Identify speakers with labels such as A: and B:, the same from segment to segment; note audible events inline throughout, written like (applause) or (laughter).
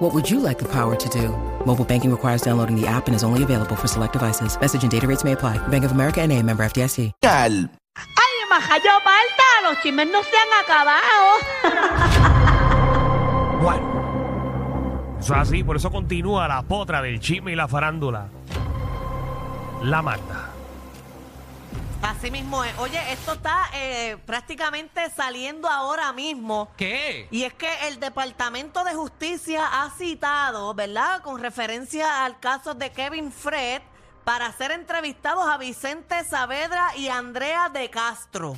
A: What would you like the power to do? Mobile banking requires downloading the app and is only available for select devices. Message and data rates may apply. Bank of America and a member FDIC.
B: Cal.
C: ¡Ay, majayo Malta! ¡Los chismes no se han acabado!
D: Bueno. Eso es así, por eso continúa la potra del chisme y la farándula. La Magda.
C: Así mismo es. Oye, esto está eh, prácticamente saliendo ahora mismo.
E: ¿Qué?
C: Y es que el Departamento de Justicia ha citado, ¿verdad? Con referencia al caso de Kevin Fred, para ser entrevistados a Vicente Saavedra y Andrea de Castro.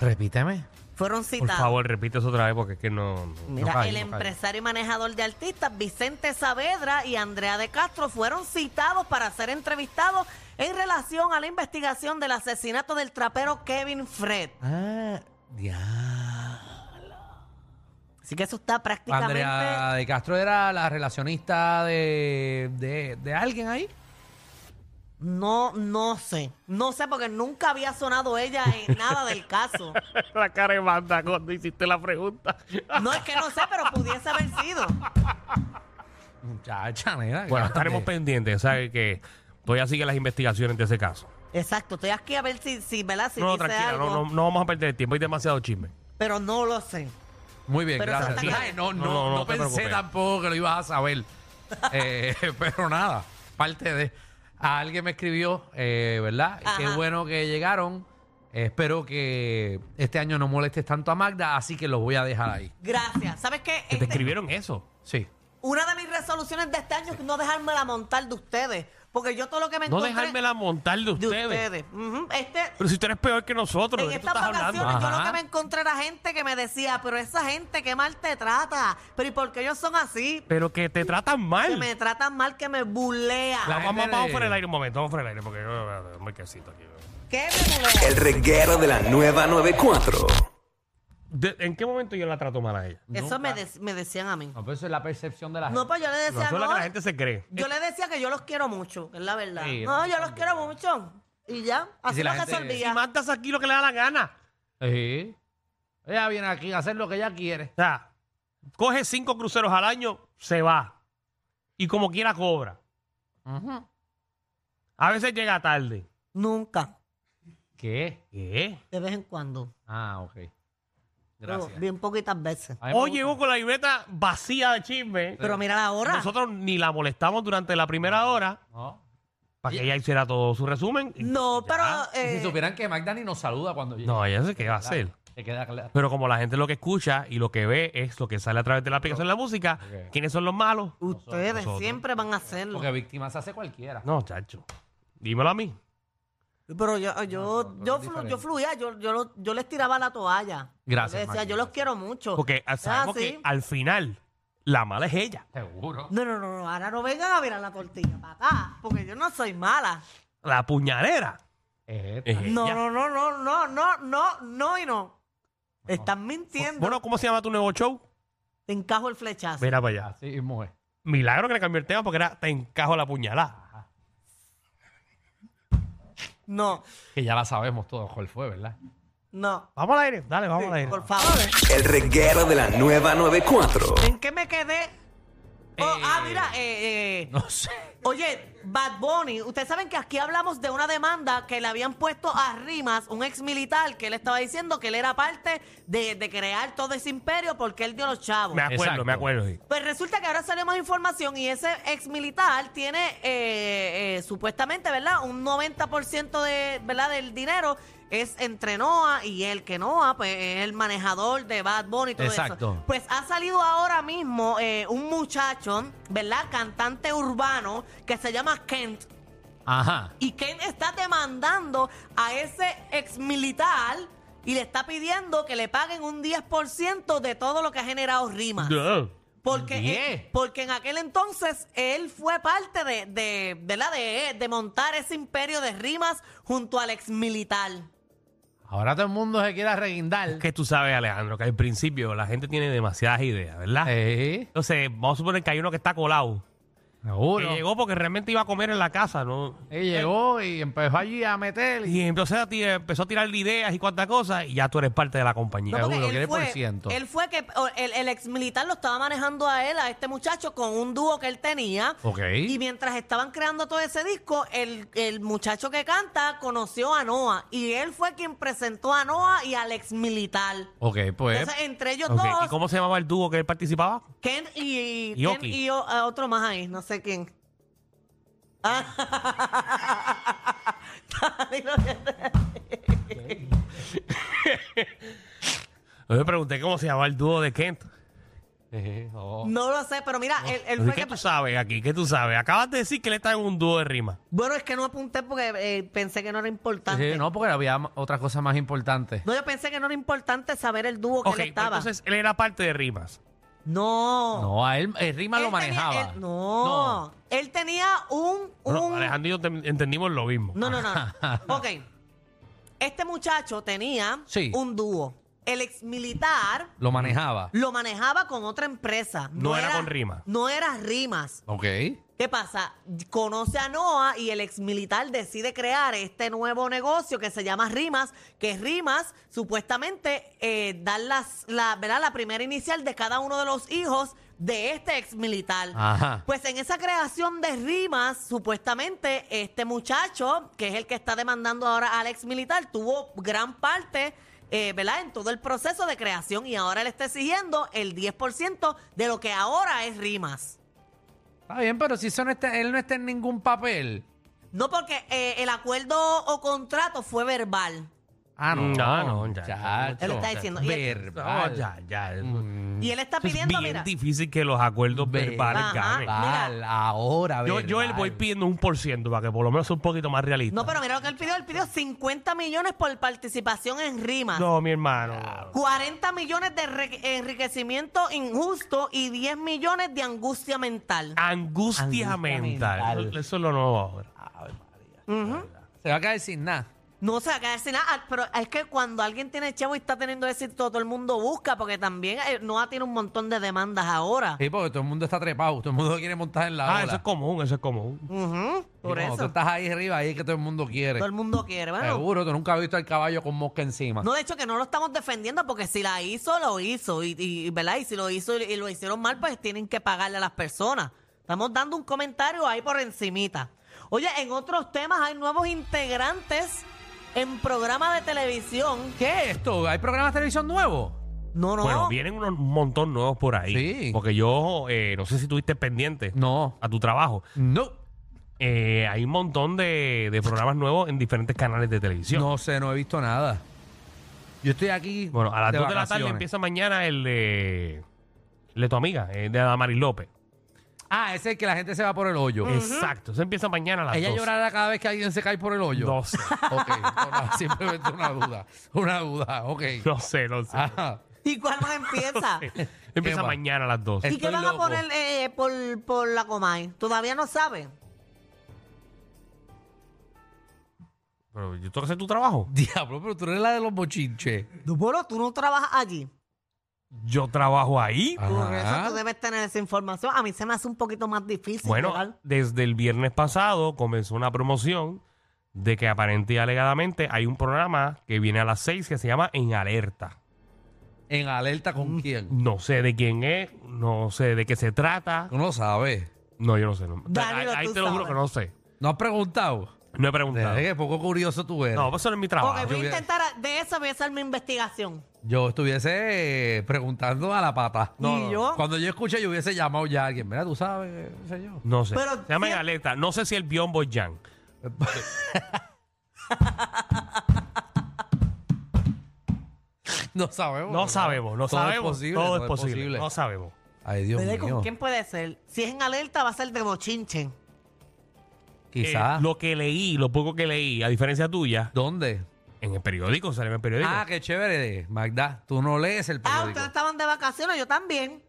E: Repíteme.
C: Fueron
D: Eh, Por
C: citados.
D: favor, repite eso otra vez porque es que no. no-
C: Mira,
D: no cae,
C: el
D: no cae.
C: empresario y manejador de artistas Vicente Saavedra y Andrea de Castro fueron citados para ser entrevistados en relación a la investigación del asesinato del trapero Kevin Fred.
E: Ah, ya.
C: Así que eso está prácticamente...
E: Andrea de Castro era la relacionista de, de, de alguien ahí.
C: No, no sé. No sé porque nunca había sonado ella en nada del caso.
D: (laughs) la cara de Magda cuando hiciste la pregunta.
C: No es que no sé, pero pudiese haber sido.
E: Muchacha, nena.
D: Bueno,
E: grande.
D: estaremos pendientes, ¿sabes? Que todavía siguen las investigaciones de ese caso.
C: Exacto, estoy aquí a ver si, si, ¿verdad? Si
D: no,
C: dice
D: tranquila,
C: algo,
D: no, no, no vamos a perder el tiempo, hay demasiado chisme.
C: pero no lo sé.
E: Muy bien,
C: Pero
E: gracias.
C: eso está
E: Ay,
C: claro.
E: no, no,
D: No, no,
E: no,
D: no te
E: pensé
D: preocupes.
E: tampoco que lo ibas a saber. (laughs) Eh, pero nada, parte de. A alguien me escribió, eh, ¿verdad?
C: Ajá.
E: Qué bueno que llegaron. Espero que este año no molestes tanto a Magda, así que los voy a dejar ahí.
C: Gracias. ¿Sabes qué?
D: Que te
C: Este-
D: escribieron eso.
E: Sí.
C: Una de mis resoluciones de este año es no dejármela montar de ustedes. Porque yo todo lo que me
D: No
C: encontré
D: dejármela montar de
C: de
D: ustedes.
C: ustedes. Ujú. Este,
D: Pero si tú eres peor que nosotros,
C: en
D: ¿de qué tú
C: estas
D: estás
C: vacaciones
D: hablando?
C: yo lo
E: Ajá.
C: que me encontré era gente que me decía, pero esa gente qué mal te trata. Pero ¿y por qué ellos son así?
D: Pero que te tratan
C: Que
D: mal.
C: me tratan mal, que me bulean.
D: Vamos, vamos,
E: gente
D: vamos
E: de-
D: fuera del aire un momento, vamos fuera del aire porque yo un marquecito aquí.
C: ¿Qué me bulean?
B: El reguero de la nueva 94.
D: De- ¿En qué momento yo la trato mal a ella?
C: Eso me, de- me decían a mí.
E: No, pero eso es la percepción de la
C: No,
E: gente.
C: pues yo le
D: No,
C: decía,
D: eso es lo que
C: "No,
D: la gente se cree. Eh,
C: yo le decía que yo los quiero mucho, es la verdad.
E: Sí,
C: no, yo los quiero mucho. Y ya, así
E: si
C: lo
E: la
C: que se
E: gente-
D: Y
C: olvida.
D: mandas aquí lo que le da la gana.
E: Sí. Ella viene aquí a hacer lo que ella quiere.
D: O sea, coge cinco cruceros al año, se va. Y como quiera cobra. A veces llega tarde.
C: Nunca,
E: ¿Qué?
D: ¿Qué?
C: de vez en cuando.
E: Ah, ok.
C: pero
E: Gracias.
C: bien poquitas veces.
E: A mí me
D: Hoy
E: gusta.
D: llegó con la libreta vacía de chisme.
C: Pero mira la hora.
D: Nosotros ni la molestamos durante la primera hora
E: No.
D: para que
E: Y-
D: ella hiciera todo su resumen. y
C: No,
D: ya.
C: pero.
E: Y
C: eh,
E: si supieran que Magda ni nos saluda cuando llega.
D: No, ella sé qué va a hacer.
E: Se queda claro.
D: Pero como la gente lo que escucha y lo que ve es lo que sale a través de la aplicación de la música,
E: Ok.
D: ¿quiénes son los malos?
C: ustedes
D: nosotros.
C: siempre van a hacerlo.
E: Porque víctima se hace cualquiera.
D: No, chacho. Dímelo a mí.
C: Pero yo, yo,
E: nosotros
C: yo, flu-
E: es diferente.
C: yo fluía, yo, yo, lo- yo les tiraba la toalla.
E: Gracias,
C: Yo les decía,
E: Magda,
C: yo los quiero mucho.
D: Porque
C: Ah,
D: sabemos
C: sí.
D: que al final la mala es ella.
E: Seguro.
C: No, no, no, no, ahora no vengan a virar la tortilla para acá, porque yo no soy mala.
D: La puñalera.
E: Es esta.
D: es ella.
C: No, no, no, no, no, no, no, no y no. Están mintiendo.
D: Bueno, ¿cómo se llama tu nuevo show?
C: Te encajo el flechazo.
D: Mira para allá.
E: Así mismo es.
D: Milagro que le cambió el tema porque era te encajo la puñalada.
C: No,
E: Que ya la sabemos todos cuál fue, ¿verdad?
C: no.
D: Vamos al aire, dale, vamos al aire.
C: Por favor.
B: El reguero de la nueva 94.
C: ¿En qué me quedé? Oh,
E: Eh,
C: ah, mira, eh, eh,
E: (laughs) No sé.
C: Oye, Bad Bunny, ustedes saben que aquí hablamos de una demanda que le habían puesto a Rimas, un ex militar, que él estaba diciendo que él era parte de, de crear todo ese imperio porque él dio los chavos.
D: Me acuerdo,
E: Exacto.
D: me acuerdo. sí.
C: Pues resulta que ahora sale más información y ese ex militar tiene eh, eh, supuestamente, ¿verdad? Un 90% de, ¿verdad? del dinero es entre Noah y él, que Noah pues, es el manejador de Bad Bunny y todo eso.
E: Exacto.
C: Pues ha salido ahora mismo eh, un muchacho, ¿verdad? Cantante urbano que se llama Kent.
E: Ajá.
C: Y Ken está demandando a ese ex militar y le está pidiendo que le paguen un 10% de todo lo que ha generado Rimas.
D: Duh.
C: Porque,
E: Diez.
C: eh, porque en aquel entonces él fue parte de, de, ¿verdad? de, de montar ese imperio de rimas junto al ex militar.
E: Ahora todo el mundo se quiere reguindar.
D: Que tú sabes, Alejandro, que al principio la gente tiene demasiadas ideas, ¿verdad?
E: Sí,
D: Entonces, vamos a suponer que hay uno que está colado.
E: seguro.
D: Que llegó porque realmente iba a comer en la casa, ¿no?
E: Y llegó y empezó allí a meter.
D: Y entonces a ti- empezó a tirar ideas y cuantas cosas y ya tú eres parte de la compañía.
E: No, Seguro,
C: Porque
E: que
C: él
E: eres por
C: fue,
E: ciento.
C: él fue que o, el, el ex militar lo estaba manejando a él, a este muchacho, con un dúo que él tenía.
E: Ok.
C: Y mientras estaban creando todo ese disco, el, el muchacho que canta conoció a Noah. Y él fue quien presentó a Noah y al ex militar.
E: Ok, pues.
C: Entonces, entre ellos
D: Ok, ¿Y
C: dos,
D: cómo se llamaba el dúo que él participaba?
C: Ken y,
D: Y
C: Ken
D: Oki.
C: y o- eh, otro más ahí, no sé quién. Ah. (laughs) Dani, no te-
D: Yo me pregunté cómo se llamaba el dúo de Kent.
E: Oh.
C: no lo sé, pero mira, él, él
D: Así
C: fue
D: que
C: que...
D: tú sabes aquí? ¿Qué tú sabes? Acabas de decir que él está en un dúo de rima.
C: Bueno, es que no apunté porque eh, pensé que no era importante.
E: Sí,
C: no.
E: no, porque había ma- otra cosa más importante.
C: yo pensé que no era importante saber el dúo que
D: Ok, pues
C: él estaba.
D: entonces él era parte de rimas.
C: No.
E: No, a él, el Rima
C: Él
E: lo
C: tenía-
E: manejaba.
C: él- no. Él tenía un... un
D: Bueno, Alejandro y yo te- entendimos lo mismo.
C: No, no, no. no. ok. Este muchacho tenía
E: Sí.
C: un dúo. El ex militar
E: Lo manejaba.
C: lo manejaba con otra empresa.
D: No era con Rimas.
C: No era rimas.
E: Ok.
C: ¿Qué pasa? Conoce a Noah y el ex militar decide crear este nuevo negocio que se llama Rimas, que Rimas supuestamente eh, da las, la, ¿verdad? la primera inicial de cada uno de los hijos de este ex militar.
E: Ajá.
C: Pues en esa creación de rimas, supuestamente este muchacho, que es el que está demandando ahora al ex militar, tuvo gran parte, eh, ¿verdad?, en todo el proceso de creación y ahora le está exigiendo el 10% de lo que ahora es rimas.
E: Está bien, pero si eso no está- él no está en ningún papel.
C: No porque eh, el acuerdo o contrato fue verbal.
E: Ah, no.
D: Ah, no, ya,
E: Chacho.
C: Él está diciendo, y él-
E: Verbal.
D: No, ya, ya.
C: Y él está
D: Eso es
C: pidiendo,
D: (laughs) bien
C: mira,
D: difícil que los acuerdos
E: Ve-
D: verbales
C: Ajá.
D: ganen.
E: Verbal, ahora,
D: Yo, yo le
E: verbal.
D: voy pidiendo un por ciento para que por lo menos sea un poquito más realista.
C: no, pero mira lo que él pidió, él pidió 50 millones por participación en rimas.
D: No, mi hermano.
C: 40 millones de re- enriquecimiento injusto y 10 millones de angustia mental.
D: Angustia,
E: Angustia
D: mental.
E: mental.
D: Eso, eso es lo nuevo ahora. Ah,
C: Ujú.
E: Se va a caer sin nada.
C: No se va a quedar sin nada, ah, pero es que cuando alguien tiene chavo y está teniendo éxito, todo el mundo busca, porque también eh, Noah tiene un montón de demandas ahora.
E: Sí, porque todo el mundo está trepado. Todo el mundo quiere montar en la
D: Ah,
E: ola.
D: eso es común, eso es común.
C: Ujú,
E: Y
C: por
E: cuando tú
C: eso.
E: estás ahí arriba, ahí es que todo el mundo quiere.
C: Todo el mundo quiere, bueno.
E: Seguro, tú nunca has visto al caballo con mosca encima.
C: No, de hecho que no lo estamos defendiendo porque si la hizo, lo hizo. Y, y- ¿verdad? y si lo hizo y, y lo hicieron mal, pues tienen que pagarle a las personas. Estamos dando un comentario ahí por encimita. Oye, en otros temas hay nuevos integrantes en programas de televisión.
E: ¿Qué es esto? ¿Hay programas de televisión nuevos?
C: No, no.
D: Bueno, vienen unos montón nuevos por ahí.
E: Sí.
D: Porque yo, eh, no sé si estuviste pendiente
E: No.
D: a tu trabajo.
E: No.
D: Eh, hay un montón de, de programas nuevos en diferentes canales de televisión.
E: No sé, no he visto nada. Yo estoy aquí.
D: Bueno, a las
E: de
D: 2 de la tarde
E: vacaciones.
D: empieza mañana el de, el de tu amiga, el de Adamaris López.
E: Ah, ese es el que la gente se va por el hoyo.
C: Mm.
D: Exacto, eso empieza mañana a las
E: ¿Ella
D: 12.
E: llorará cada vez que alguien se cae por el hoyo?
D: No sé.
E: (laughs) Ok, no, simplemente una duda. Una duda, ok.
D: (laughs) (laughs) No sé, no sé.
E: Ah,
C: ¿Y cuál más
E: (laughs)
C: empieza?
D: Empieza
E: va?
D: mañana a las 12.
C: ¿Y
E: Estoy
C: qué van a
E: loco.
C: poner eh, por, por la Comay? Todavía no sabe.
D: Pero yo tengo que hacer tu trabajo.
E: diablo, pero tú eres la de los bochinches.
C: Bueno, tú no trabajas allí.
D: Yo trabajo ahí.
E: Ah,
C: Por eso
E: Ajá.
C: tú debes tener esa información. A mí se me hace un poquito más difícil.
D: bueno,
C: llegar.
D: desde el viernes pasado comenzó una promoción de que aparente y alegadamente hay un programa que viene a las 6 que se llama En Alerta.
E: ¿En alerta
D: Mm.
E: con quién?
D: No sé de quién es, no sé de qué se trata.
E: Tú no sabes.
D: No, yo no sé. no.
C: Danilo,
D: ahí
C: tú
D: te lo juro
C: sabes.
D: que no sé.
E: ¿No has preguntado?
D: No he
E: Mira,
D: preguntado.
E: Qué poco curioso tú eres.
D: No, pues eso no es mi
E: Ah,
D: trabajo.
C: Ok, voy a
E: yo-
C: intentar, a- de eso voy a hacer mi investigación.
E: Yo estuviese eh, preguntando a la pata.
C: No, ¿Y no. yo?
E: Cuando yo escuché, yo hubiese llamado ya a alguien. Mira, tú sabes, qué sé yo.
D: No sé.
C: Pero
D: se llama En
C: siempre-
D: Alerta. No sé si el Biombo Jan.
E: No sabemos.
D: No
E: ¿verdad?
D: sabemos, no
E: Todo es
D: sabemos.
E: posible,
D: todo, es posible. No sabemos.
E: Ay, Dios
C: Bebé,
E: mío.
C: ¿Con quién puede ser? Si es en alerta, va a ser de bochinche.
E: Quizás.
D: Eh, lo que leí, lo poco que leí, a diferencia tuya,
E: ¿Dónde?
D: en el periódico, salió en el periódico.
E: Ah, qué chévere, Magda. Tú no lees el
C: Ah,
E: periódico.
C: ustedes estaban de vacaciones, yo también.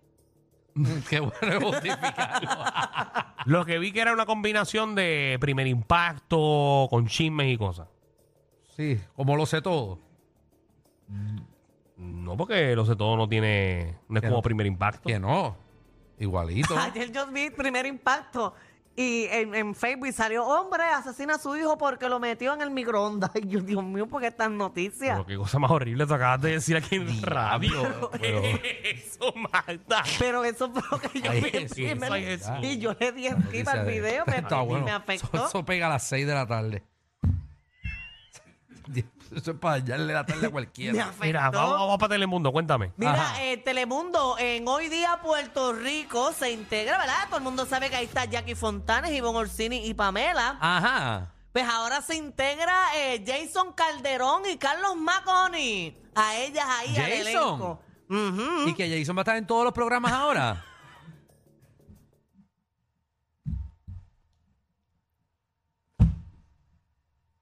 E: (laughs) Qué bueno
D: (laughs)
E: es justificarlo.
D: Lo que vi que era una combinación de primer impacto con chismes y cosas.
E: Sí, como lo sé todo.
D: No, porque lo sé todo no tiene. No es
E: Que
D: como
E: no.
D: primer impacto.
E: Que no. Igualito.
C: Ayer yo vi primer impacto y en, en Facebook y salió hombre asesina a su hijo porque lo metió en el microondas. (laughs) Y yo, Dios mío, porque estas noticias.
D: Pero qué cosa más horrible te acabas de decir aquí en radio.
E: (laughs) Diablo, pero-
D: Eso, Magda.
C: Pero eso fue lo que yo
E: Ay,
C: vi en
E: eso,
C: primer-
D: ay, eso.
C: Y yo le di
E: Noticia
C: skip al
E: de-
C: video, me,
E: (laughs) Está
C: y
E: bueno.
C: me
E: Eso,
C: afectó.
E: eso pega a las 6 de la tarde. (laughs) Eso es para hallarle la tarde a
C: me
E: cualquiera.
C: afectó.
D: Mira, vamos, vamos para Telemundo, cuéntame.
C: Mira,
E: Ajá.
C: eh, Telemundo, en hoy día Puerto Rico se integra, ¿verdad? Todo el mundo sabe que ahí está Jackie Fontanes, Ivonne Orsini y Pamela.
E: Ah. Ajá.
C: Pues ahora se integra eh, Jason Calderón y Carlos Maconi. A ellas ahí, al
E: Jason.
C: elenco. Ujú.
E: ¿Y que Jason va a estar en todos los programas ahora?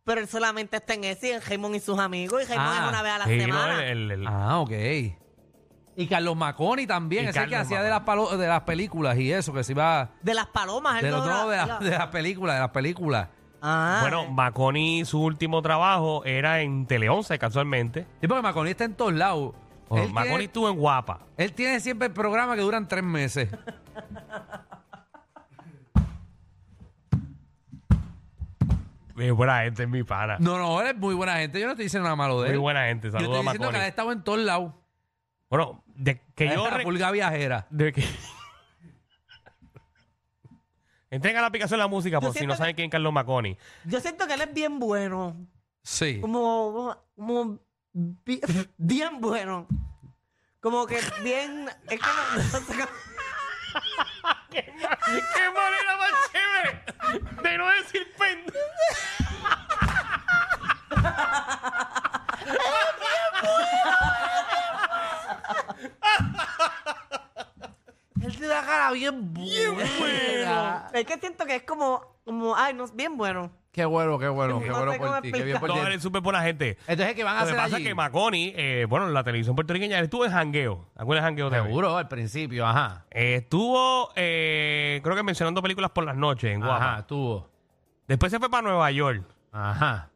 C: Pero él solamente está en ese, y en Raymond y sus amigos. Y Raymond
E: Ah,
C: es una vez a la
D: Sí, no,
C: semana.
D: el- el- el-
E: Ah, ok. Y Carlos Maconi también,
D: Y
E: ese que
D: Carlos
E: hacía
D: Maconi.
E: de las, palo- de las películas y eso, que se iba...
C: De las palomas. él
E: De, los,
C: no
E: no, de,
C: era-
E: la- de las películas, de las películas.
C: Ah,
D: bueno,
C: eh.
D: Baconi, su último trabajo era en Tele 11, casualmente.
E: Sí, porque Maconi está en todos lados.
D: Maconi
E: él, tiene,
D: estuvo en Guapa.
E: él tiene siempre programas que duran tres meses.
D: Eh, buena gente, es mi pana.
E: No, no, él es muy buena gente. Yo no estoy diciendo nada malo de él.
D: Muy buena gente,
E: Yo estoy
D: saludos a
E: diciendo
D: Baconi.
E: que él ha estado en todos lados.
D: Bueno, de que yo...
E: la
D: re-
E: pulga viajera.
D: de que- Entrega la aplicación de la música
C: Yo
D: por si
C: siento
D: no
C: que-
D: saben quién es Carlos Maconi.
C: Yo siento que él es bien bueno.
E: Sí.
C: Como, como bi- (laughs) bien, bueno. Como que bien. Es que no- no sé cómo-
D: ¡Qué manera más chévere de no decir pendejo!
E: Él tiene la cara bien buena.
C: es que siento que es como, como ay, no, bien bueno.
E: Qué bueno, qué bueno, qué
C: No
E: bueno
C: sé cómo
E: por ti. Qué bien por
D: No,
E: ti.
D: eres súper buena gente.
E: Entonces, ¿qué van a
D: Lo que
E: hacer
D: pasa
E: allí?
D: es que Maconi, eh, bueno, en la televisión puertorriqueña, él estuvo en jangueo. ¿Te acuerdas de jangueo? TV?
E: Seguro, al principio, ajá.
D: Eh, estuvo, eh, creo que mencionando películas por las noches en Guapa.
E: Ajá, estuvo.
D: Después se fue para Nueva York.
E: Ajá.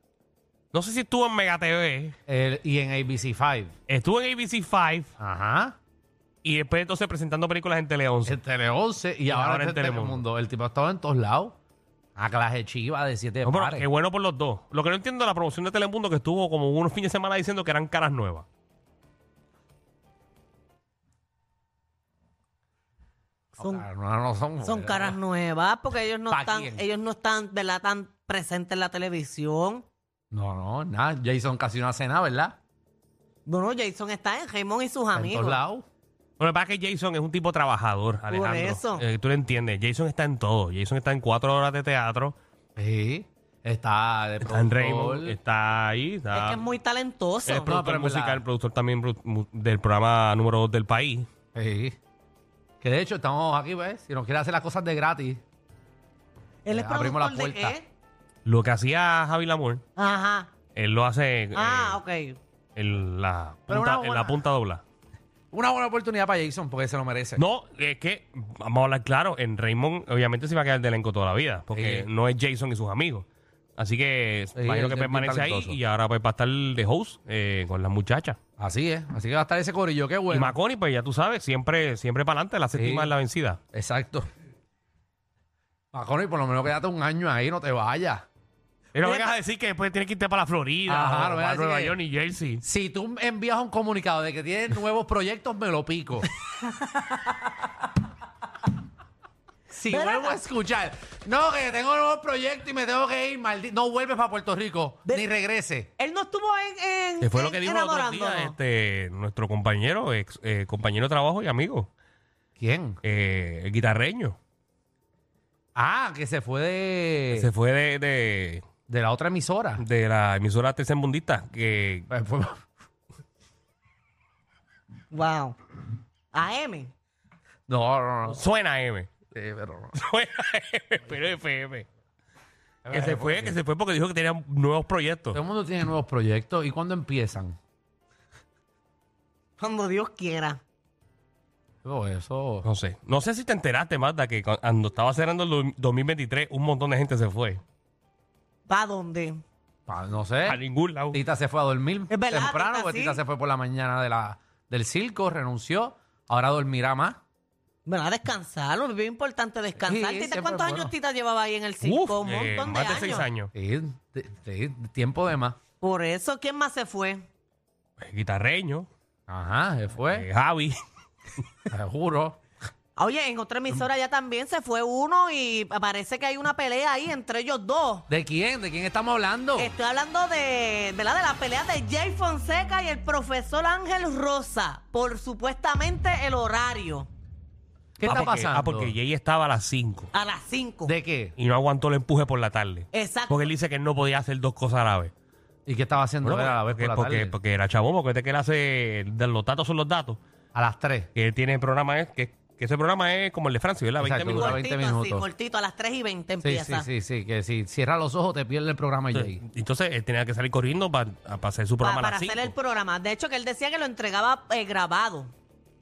D: No sé si estuvo en Mega TV.
E: El- y en ABC5.
D: Estuvo en ABC 5
E: Ajá.
D: y después entonces presentando películas en Tele 11.
E: En Tele 11 y, ahora, en Telemundo. El tipo ha estado en todos lados. A clase chiva de siete
D: No, pero
E: pares.
D: qué bueno por los dos. Lo que no entiendo es la promoción de Telemundo que estuvo como unos fines de semana diciendo que eran caras nuevas.
C: Son,
E: Claro, no, no son,
C: son caras nuevas porque ellos no
E: ¿Pa'
C: están,
E: quién?
C: ellos no están, ¿verdad? Tan presentes en la televisión.
E: No, no, nada. Jason casi no hace nada, ¿verdad?
C: Bueno, Jason está en Raymond y sus
E: En todos
C: amigos.
E: lados.
D: Lo que pasa es que Jason es un tipo trabajador, Alejandro.
C: eso.
D: Eh, tú lo entiendes. Jason está en todo. Jason está en cuatro horas de teatro.
E: Sí. Está de
D: Está en
E: productor.
D: Raymond. Está ahí. Está...
C: Es que es muy talentoso.
D: Es
E: No,
D: productor
E: pero en verdad-
D: musical, productor también produ- mu- del programa número 2 del país.
E: Sí. Que de hecho estamos aquí, ¿ves? Si nos quiere hacer las cosas de gratis.
C: Él es
E: Eh, abrimos la
C: productor de
E: puerta.
C: qué?
D: Lo que hacía Javi Lamour,
C: Ajá.
D: él lo hace
C: Ah,
D: eh,
C: ok.
D: en, la
E: Pero
D: punta,
E: una
D: en la
E: buena-
D: punta dobla.
E: Una buena oportunidad para Jason porque se lo merece.
D: No, es que, vamos a hablar claro, en Raymond obviamente se va a quedar de elenco toda la vida, porque
E: Sí.
D: no es Jason y sus amigos. Así que
E: Sí,
D: imagino que
E: él es bien
D: permanece ahí
E: talentoso.
D: y ahora pues va a estar de host eh, con las muchachas.
E: Así es. Así que va a estar ese corillo. Qué
D: Y
E: bueno.
D: Maconi, pues ya tú sabes, siempre siempre para adelante, la séptima es la vencida.
E: Exacto. Maconi, por lo menos quédate un año ahí, no te vayas.
D: Pero vengas a decir que después tienes que irte para la Florida,
E: Ajá,
D: o
E: no me vas a
D: para
E: decir
D: Nueva
E: que-
D: York, New Jersey.
E: Si tú envías un comunicado de que tienes nuevos proyectos, me lo pico. si
C: Ven
E: vuelvo a escuchar, no, que tengo nuevos proyectos y me tengo que ir, maldito. No vuelves para Puerto Rico,
C: Ven-
E: ni regrese.
C: Él no estuvo en, en
D: Que fue lo
C: en
D: que dijo el otro día
C: Enamorándonos.
D: este, nuestro compañero, ex, eh, compañero de trabajo y amigo,
E: ¿Quién?
D: eh, el guitarreño.
E: Ah, que se fue de,
D: Se fue de, de,
E: de la otra emisora.
D: de la emisora tercermundista, que
E: Eh, fue-
C: Wow. A M.
E: No, no, no. Sí,
D: suena M. (laughs)
E: pero no.
D: Suena M, pero FM. Que se fue, que se fue porque dijo que tenía nuevos
E: Todo
D: proyectos.
E: el mundo tiene nuevos proyectos. ¿Y cuándo empiezan?
C: Cuando Dios quiera.
E: Digo, eso.
D: No sé. No sé si te enteraste, Magda, que cuando estaba cerrando el do- 2023, un montón de gente se fue.
C: ¿Para dónde?
E: pa- No sé.
D: A ningún lado.
E: Tita se fue a dormir
C: Es verdad,
E: temprano,
C: Tita,
E: porque
C: sí.
E: Tita se fue por la mañana de la, del circo, renunció. Ahora dormirá más.
C: Bueno, a descansar, lo bien importante descansar.
E: Sí,
C: Tita,
E: siempre
C: ¿cuántos
E: es bueno.
C: años Tita llevaba ahí en el circo?
D: Uf,
C: Un
D: eh,
C: montón de,
D: más de
C: años.
D: seis años.
E: Sí, t- sí, tiempo de más.
C: Por eso, ¿quién más se fue?
D: Eh, Guitarreño,
E: Ajá, se fue,
D: eh, Javi.
E: (laughs) te juro.
C: Ah, Oye, en otra emisora ya también se fue uno y parece que hay una pelea ahí entre ellos dos.
E: ¿De quién? ¿De quién estamos hablando?
C: Estoy hablando de, ¿verdad? de la pelea de Jay Fonseca y el profesor Ángel Rosa por supuestamente el horario
E: ¿Qué
D: Ah,
E: está
D: porque-
E: pasando?
D: Ah, porque Jay estaba a las 5
C: a las 5.
E: ¿De qué?
D: y no aguantó el empuje por la tarde.
C: Exacto.
D: Porque él dice que él no podía hacer dos cosas a la vez.
E: ¿Y qué estaba haciendo
D: Bueno,
E: él a la vez
D: porque,
E: por la
D: porque-
E: tarde?
D: porque era chabón, porque este que él hace. de Los datos son los datos.
E: a las 3.
D: Que él tiene el programa, es, que, que ese programa es como el de Francia, ¿verdad? 20
E: Exacto.
D: minutos.
E: dura
C: cortito,
E: 20
C: así,
E: minutos.
C: cortito, a las 3 y 20
E: Sí,
C: empieza.
E: sí, sí, sí, que si cierra los ojos te pierde el programa Jay.
D: Entonces él tenía que salir corriendo para hacer su
C: Pa-
D: programa
C: para
D: a las 5.
C: hacer el programa. De hecho, que él decía que lo entregaba eh, grabado.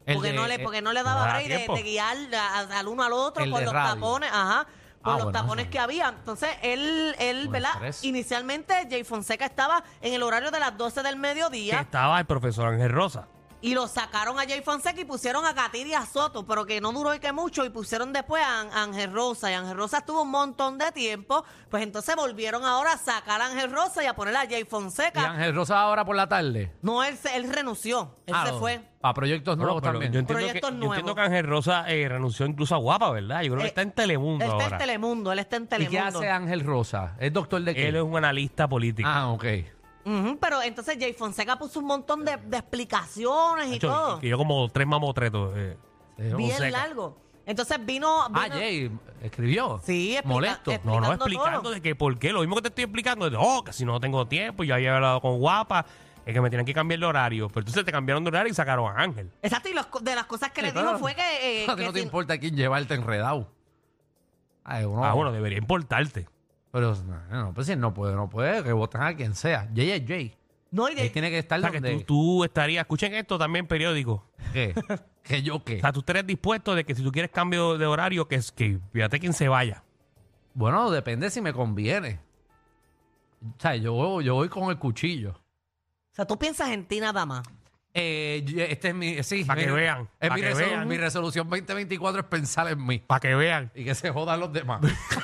E: El
C: Porque,
E: de- eh,
C: no le,
E: el-
C: porque no le
D: no
C: daba
D: daba
C: break de- de,
D: tiempo.
C: guiar a- al uno al otro
E: El
C: por
E: de
C: los
E: radio.
C: tapones, ajá, por
E: Ah,
C: los
E: bueno,
C: tapones
E: eso.
C: que había. Entonces, él, él
E: Un
C: ¿verdad?
E: estrés.
C: Inicialmente, Jay Fonseca estaba en el horario de las 12 del
D: Que
C: mediodía
D: estaba el profesor Ángel Rosa.
C: y lo sacaron a Jay Fonseca y pusieron a Katiria Soto, pero que no duró y que mucho, y pusieron después a An- Ángel Rosa. Y Ángel Rosa estuvo un montón de tiempo, pues entonces volvieron ahora a sacar a Ángel Rosa y a poner a Jay
E: ¿Y
C: Fonseca.
E: Ángel Rosa ahora por la tarde?
C: No, él, se- él renunció, él
E: Ah,
C: se fue.
E: Para proyectos
D: No,
E: nuevos
D: pero
E: también.
D: Yo entiendo, que,
C: Proyectos
D: yo
C: nuevos.
D: entiendo que Ángel Rosa eh, renunció incluso a Guapa, ¿verdad? Yo creo que
C: Eh,
D: está en Telemundo
C: Él está en
D: ahora.
C: Telemundo, él está en
E: ¿Y
C: Telemundo.
E: qué hace Ángel Rosa? ¿Es doctor de qué?
D: Él es un analista político.
E: Ah, ok.
C: Ujú, pero entonces Jay Fonseca puso un montón de, de explicaciones y
D: Nacho,
C: todo.
D: y yo como tres mamotretos. eh.
E: Eh,
C: bien
D: Fonseca.
C: largo. Entonces vino.
E: Ah,
C: vino-
E: Jay escribió.
C: Sí, explica-
E: Molesto.
C: explica-
D: No, no,
C: Explicando
D: explicando
C: todo.
D: de que por qué. Lo mismo que te estoy explicando. De, oh, que si no tengo tiempo, yo había hablado con Guapa, es que me tenían que cambiar el horario. Pero entonces te cambiaron de horario y sacaron a Ángel.
C: Exacto, y los co- de las cosas que
E: Sí,
C: le
E: claro.
C: dijo fue que. eh,
E: A ti
C: que
E: Ah, no te
C: si-
E: importa quién llevarte enredado. Ay, uno,
D: Ah, bueno, debería importarte.
E: Pero no, no, pues si él no puede, no puede, que voten a quien sea. Jay es Jay.
C: no, y de-
E: Él tiene que estar
D: O sea, que
E: donde...
D: tú, tú estarías, escuchen esto también, periódico.
E: ¿Qué? ¿Que yo qué?
D: O sea, tú estarías dispuesto de que si tú quieres cambio de horario, que es que fíjate quién se vaya.
E: Bueno, depende si me conviene. O sea, yo, yo voy con el cuchillo.
C: o sea, tú piensas en ti nada más.
E: Eh, yo- este es mi... Sí,
D: Pa' que
E: mi-
D: vean,
E: Es
D: pa'
E: mi,
D: que
E: resolu-
D: vean.
E: mi resolución 2024 es pensar en mí.
D: Para que vean.
E: Y que se jodan los demás.
D: (laughs)